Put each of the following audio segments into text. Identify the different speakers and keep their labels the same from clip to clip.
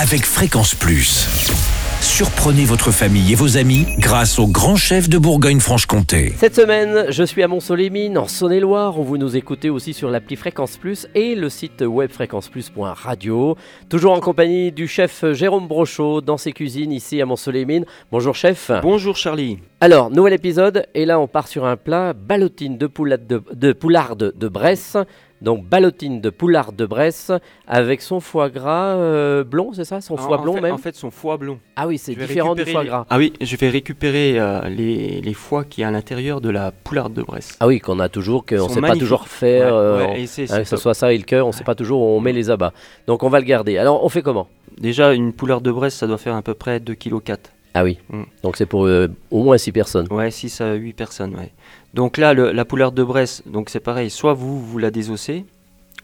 Speaker 1: avec Fréquence Plus. Surprenez votre famille et vos amis grâce au grand chef de Bourgogne-Franche-Comté.
Speaker 2: Cette semaine, je suis à Mont-Solémine, en Saône-et-Loire, où vous nous écoutez aussi sur l'appli Fréquence Plus et le site web fréquenceplus.radio. Toujours en compagnie du chef Jérôme Brochot dans ses cuisines ici à Mont-Solémine. Bonjour chef.
Speaker 3: Bonjour Charlie.
Speaker 2: Alors, nouvel épisode, et là on part sur un plat, ballotine de, poularde de, de, poularde de Bresse. Donc, ballotine de poularde de Bresse avec son foie gras euh, blond, c'est ça Son
Speaker 3: En-
Speaker 2: foie
Speaker 3: en
Speaker 2: blond
Speaker 3: fait-
Speaker 2: même
Speaker 3: En fait, son foie blond.
Speaker 2: Ah oui, c'est
Speaker 3: je vais
Speaker 2: différent du
Speaker 3: récupérer
Speaker 2: foie
Speaker 3: les-
Speaker 2: gras.
Speaker 3: Ah oui, je vais récupérer euh, les, les foies qui est à l'intérieur de la poularde de Bresse.
Speaker 2: Ah oui, qu'on a toujours, qu'on
Speaker 3: Ils
Speaker 2: ne
Speaker 3: sont
Speaker 2: sait pas
Speaker 3: magnifiques.
Speaker 2: toujours faire.
Speaker 3: Ouais,
Speaker 2: euh,
Speaker 3: ouais,
Speaker 2: en-
Speaker 3: et c'est-
Speaker 2: Hein,
Speaker 3: c'est
Speaker 2: que ce
Speaker 3: top.
Speaker 2: soit ça et le cœur, on ne sait pas toujours où on met les abats. Donc on va le garder. Alors on fait comment
Speaker 3: Déjà, une poularde de Bresse, ça doit faire à peu près 2,4 kg.
Speaker 2: Ah oui,
Speaker 3: Mm.
Speaker 2: donc c'est pour euh, au moins 6 personnes.
Speaker 3: Ouais, 6 à 8 personnes, ouais. Donc là, le- la poularde de Bresse, donc c'est pareil, soit vous, vous la désossez,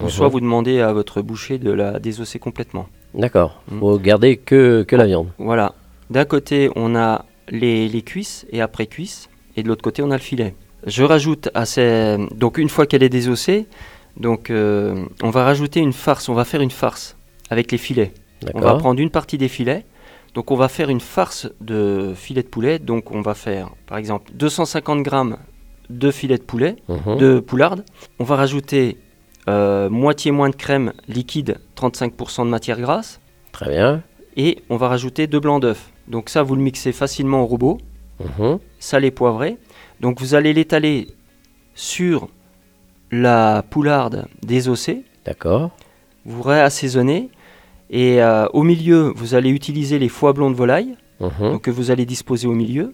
Speaker 3: ou
Speaker 2: Mhm.
Speaker 3: soit vous demandez à votre boucher de la désosser complètement.
Speaker 2: Mhm. D'accord,
Speaker 3: Mm.
Speaker 2: faut garder que, que la viande.
Speaker 3: Voilà. D'un côté, on a les, les cuisses et après cuisses, et de l'autre côté, on a le filet. Je rajoute à ces... Donc une fois qu'elle est désossée, donc euh, on va rajouter une farce, on va faire une farce avec les filets. On va
Speaker 2: D'accord.
Speaker 3: prendre une partie des filets. Donc on va faire une farce de filet de poulet. Donc on va faire, par exemple, 250 grammes de filet de poulet,
Speaker 2: Mhm.
Speaker 3: de poularde. On va rajouter euh, moitié moins de crème liquide, 35% de matière grasse.
Speaker 2: Très bien.
Speaker 3: Et on va rajouter deux blancs d'œufs. Donc ça, vous le mixez facilement au robot,
Speaker 2: Mhm.
Speaker 3: salé poivré. Donc vous allez l'étaler sur la poularde désossée
Speaker 2: D'accord.
Speaker 3: vous réassaisonnez et euh, au milieu vous allez utiliser les foies blonds de volaille
Speaker 2: Mhm.
Speaker 3: donc, que vous allez disposer au milieu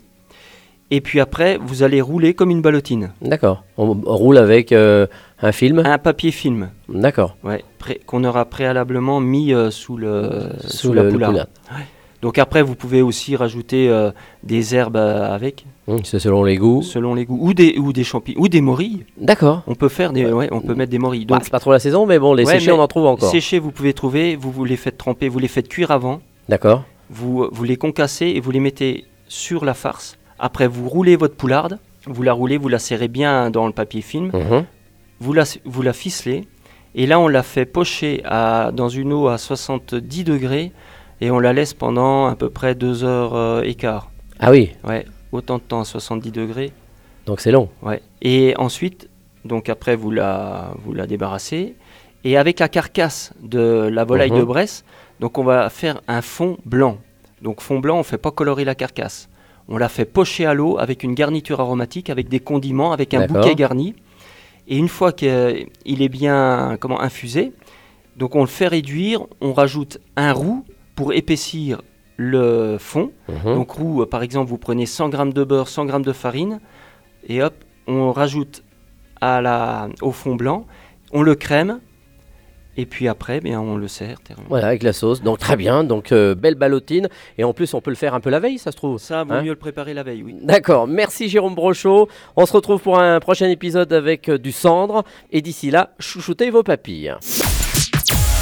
Speaker 3: et puis après vous allez rouler comme une ballotine
Speaker 2: D'accord. On, on roule avec euh, un film
Speaker 3: un papier film
Speaker 2: D'accord.
Speaker 3: ouais, pré- qu'on aura préalablement mis euh, sous le sous, la
Speaker 2: le- le
Speaker 3: poularde.
Speaker 2: poulet.
Speaker 3: donc après vous pouvez aussi rajouter euh, des herbes euh, avec
Speaker 2: Mm, C'est selon les goûts.
Speaker 3: selon les goûts ou des ou des champignons ou des morilles
Speaker 2: D'accord.
Speaker 3: on peut faire des ouais, on peut mettre des morilles donc
Speaker 2: Ah, c'est pas trop la saison, mais bon, les
Speaker 3: Bah, Ouais,
Speaker 2: séchés,
Speaker 3: mais
Speaker 2: on en trouve encore.
Speaker 3: séchés vous pouvez trouver vous, vous les faites tremper vous les faites cuire avant
Speaker 2: D'accord.
Speaker 3: vous, vous les concassez et vous les mettez sur la farce. Après, vous roulez votre poularde, vous la roulez, vous la serrez bien dans le papier film,
Speaker 2: Mhm.
Speaker 3: vous la, vous la ficelez, et là, on la fait pocher à, dans une eau à 70 degrés, et on la laisse pendant à peu près deux heures euh, et quart.
Speaker 2: Ah oui,
Speaker 3: Ouais, autant de temps à 70 degrés.
Speaker 2: donc c'est long.
Speaker 3: Ouais. Et ensuite, donc après, vous la, vous la débarrassez. Et avec la carcasse de la volaille
Speaker 2: Mhm.
Speaker 3: de Bresse, donc on va faire un fond blanc. Donc fond blanc, on ne fait pas colorer la carcasse. On la fait pocher à l'eau avec une garniture aromatique, avec des condiments, avec un
Speaker 2: D'accord.
Speaker 3: bouquet garni. Et une fois qu'il est bien comment, infusé, donc on le fait réduire, on rajoute un roux pour épaissir le fond.
Speaker 2: Mhm.
Speaker 3: Donc roux, euh, par exemple, vous prenez 100 g de beurre, 100 g de farine, et hop, on rajoute à la, au fond blanc, on le crème, et puis après, eh bien, on le sert. terminé.
Speaker 2: Voilà, avec la sauce. Donc très bien, donc euh, belle ballotine. Et en plus, on peut le faire un peu la veille, ça se trouve.
Speaker 3: Ça, vaut
Speaker 2: Hein
Speaker 3: mieux le préparer la veille, oui.
Speaker 2: D'accord, merci Jérôme Brochot. On se retrouve pour un prochain épisode avec euh, du cendre. Et d'ici là, chouchoutez vos papilles.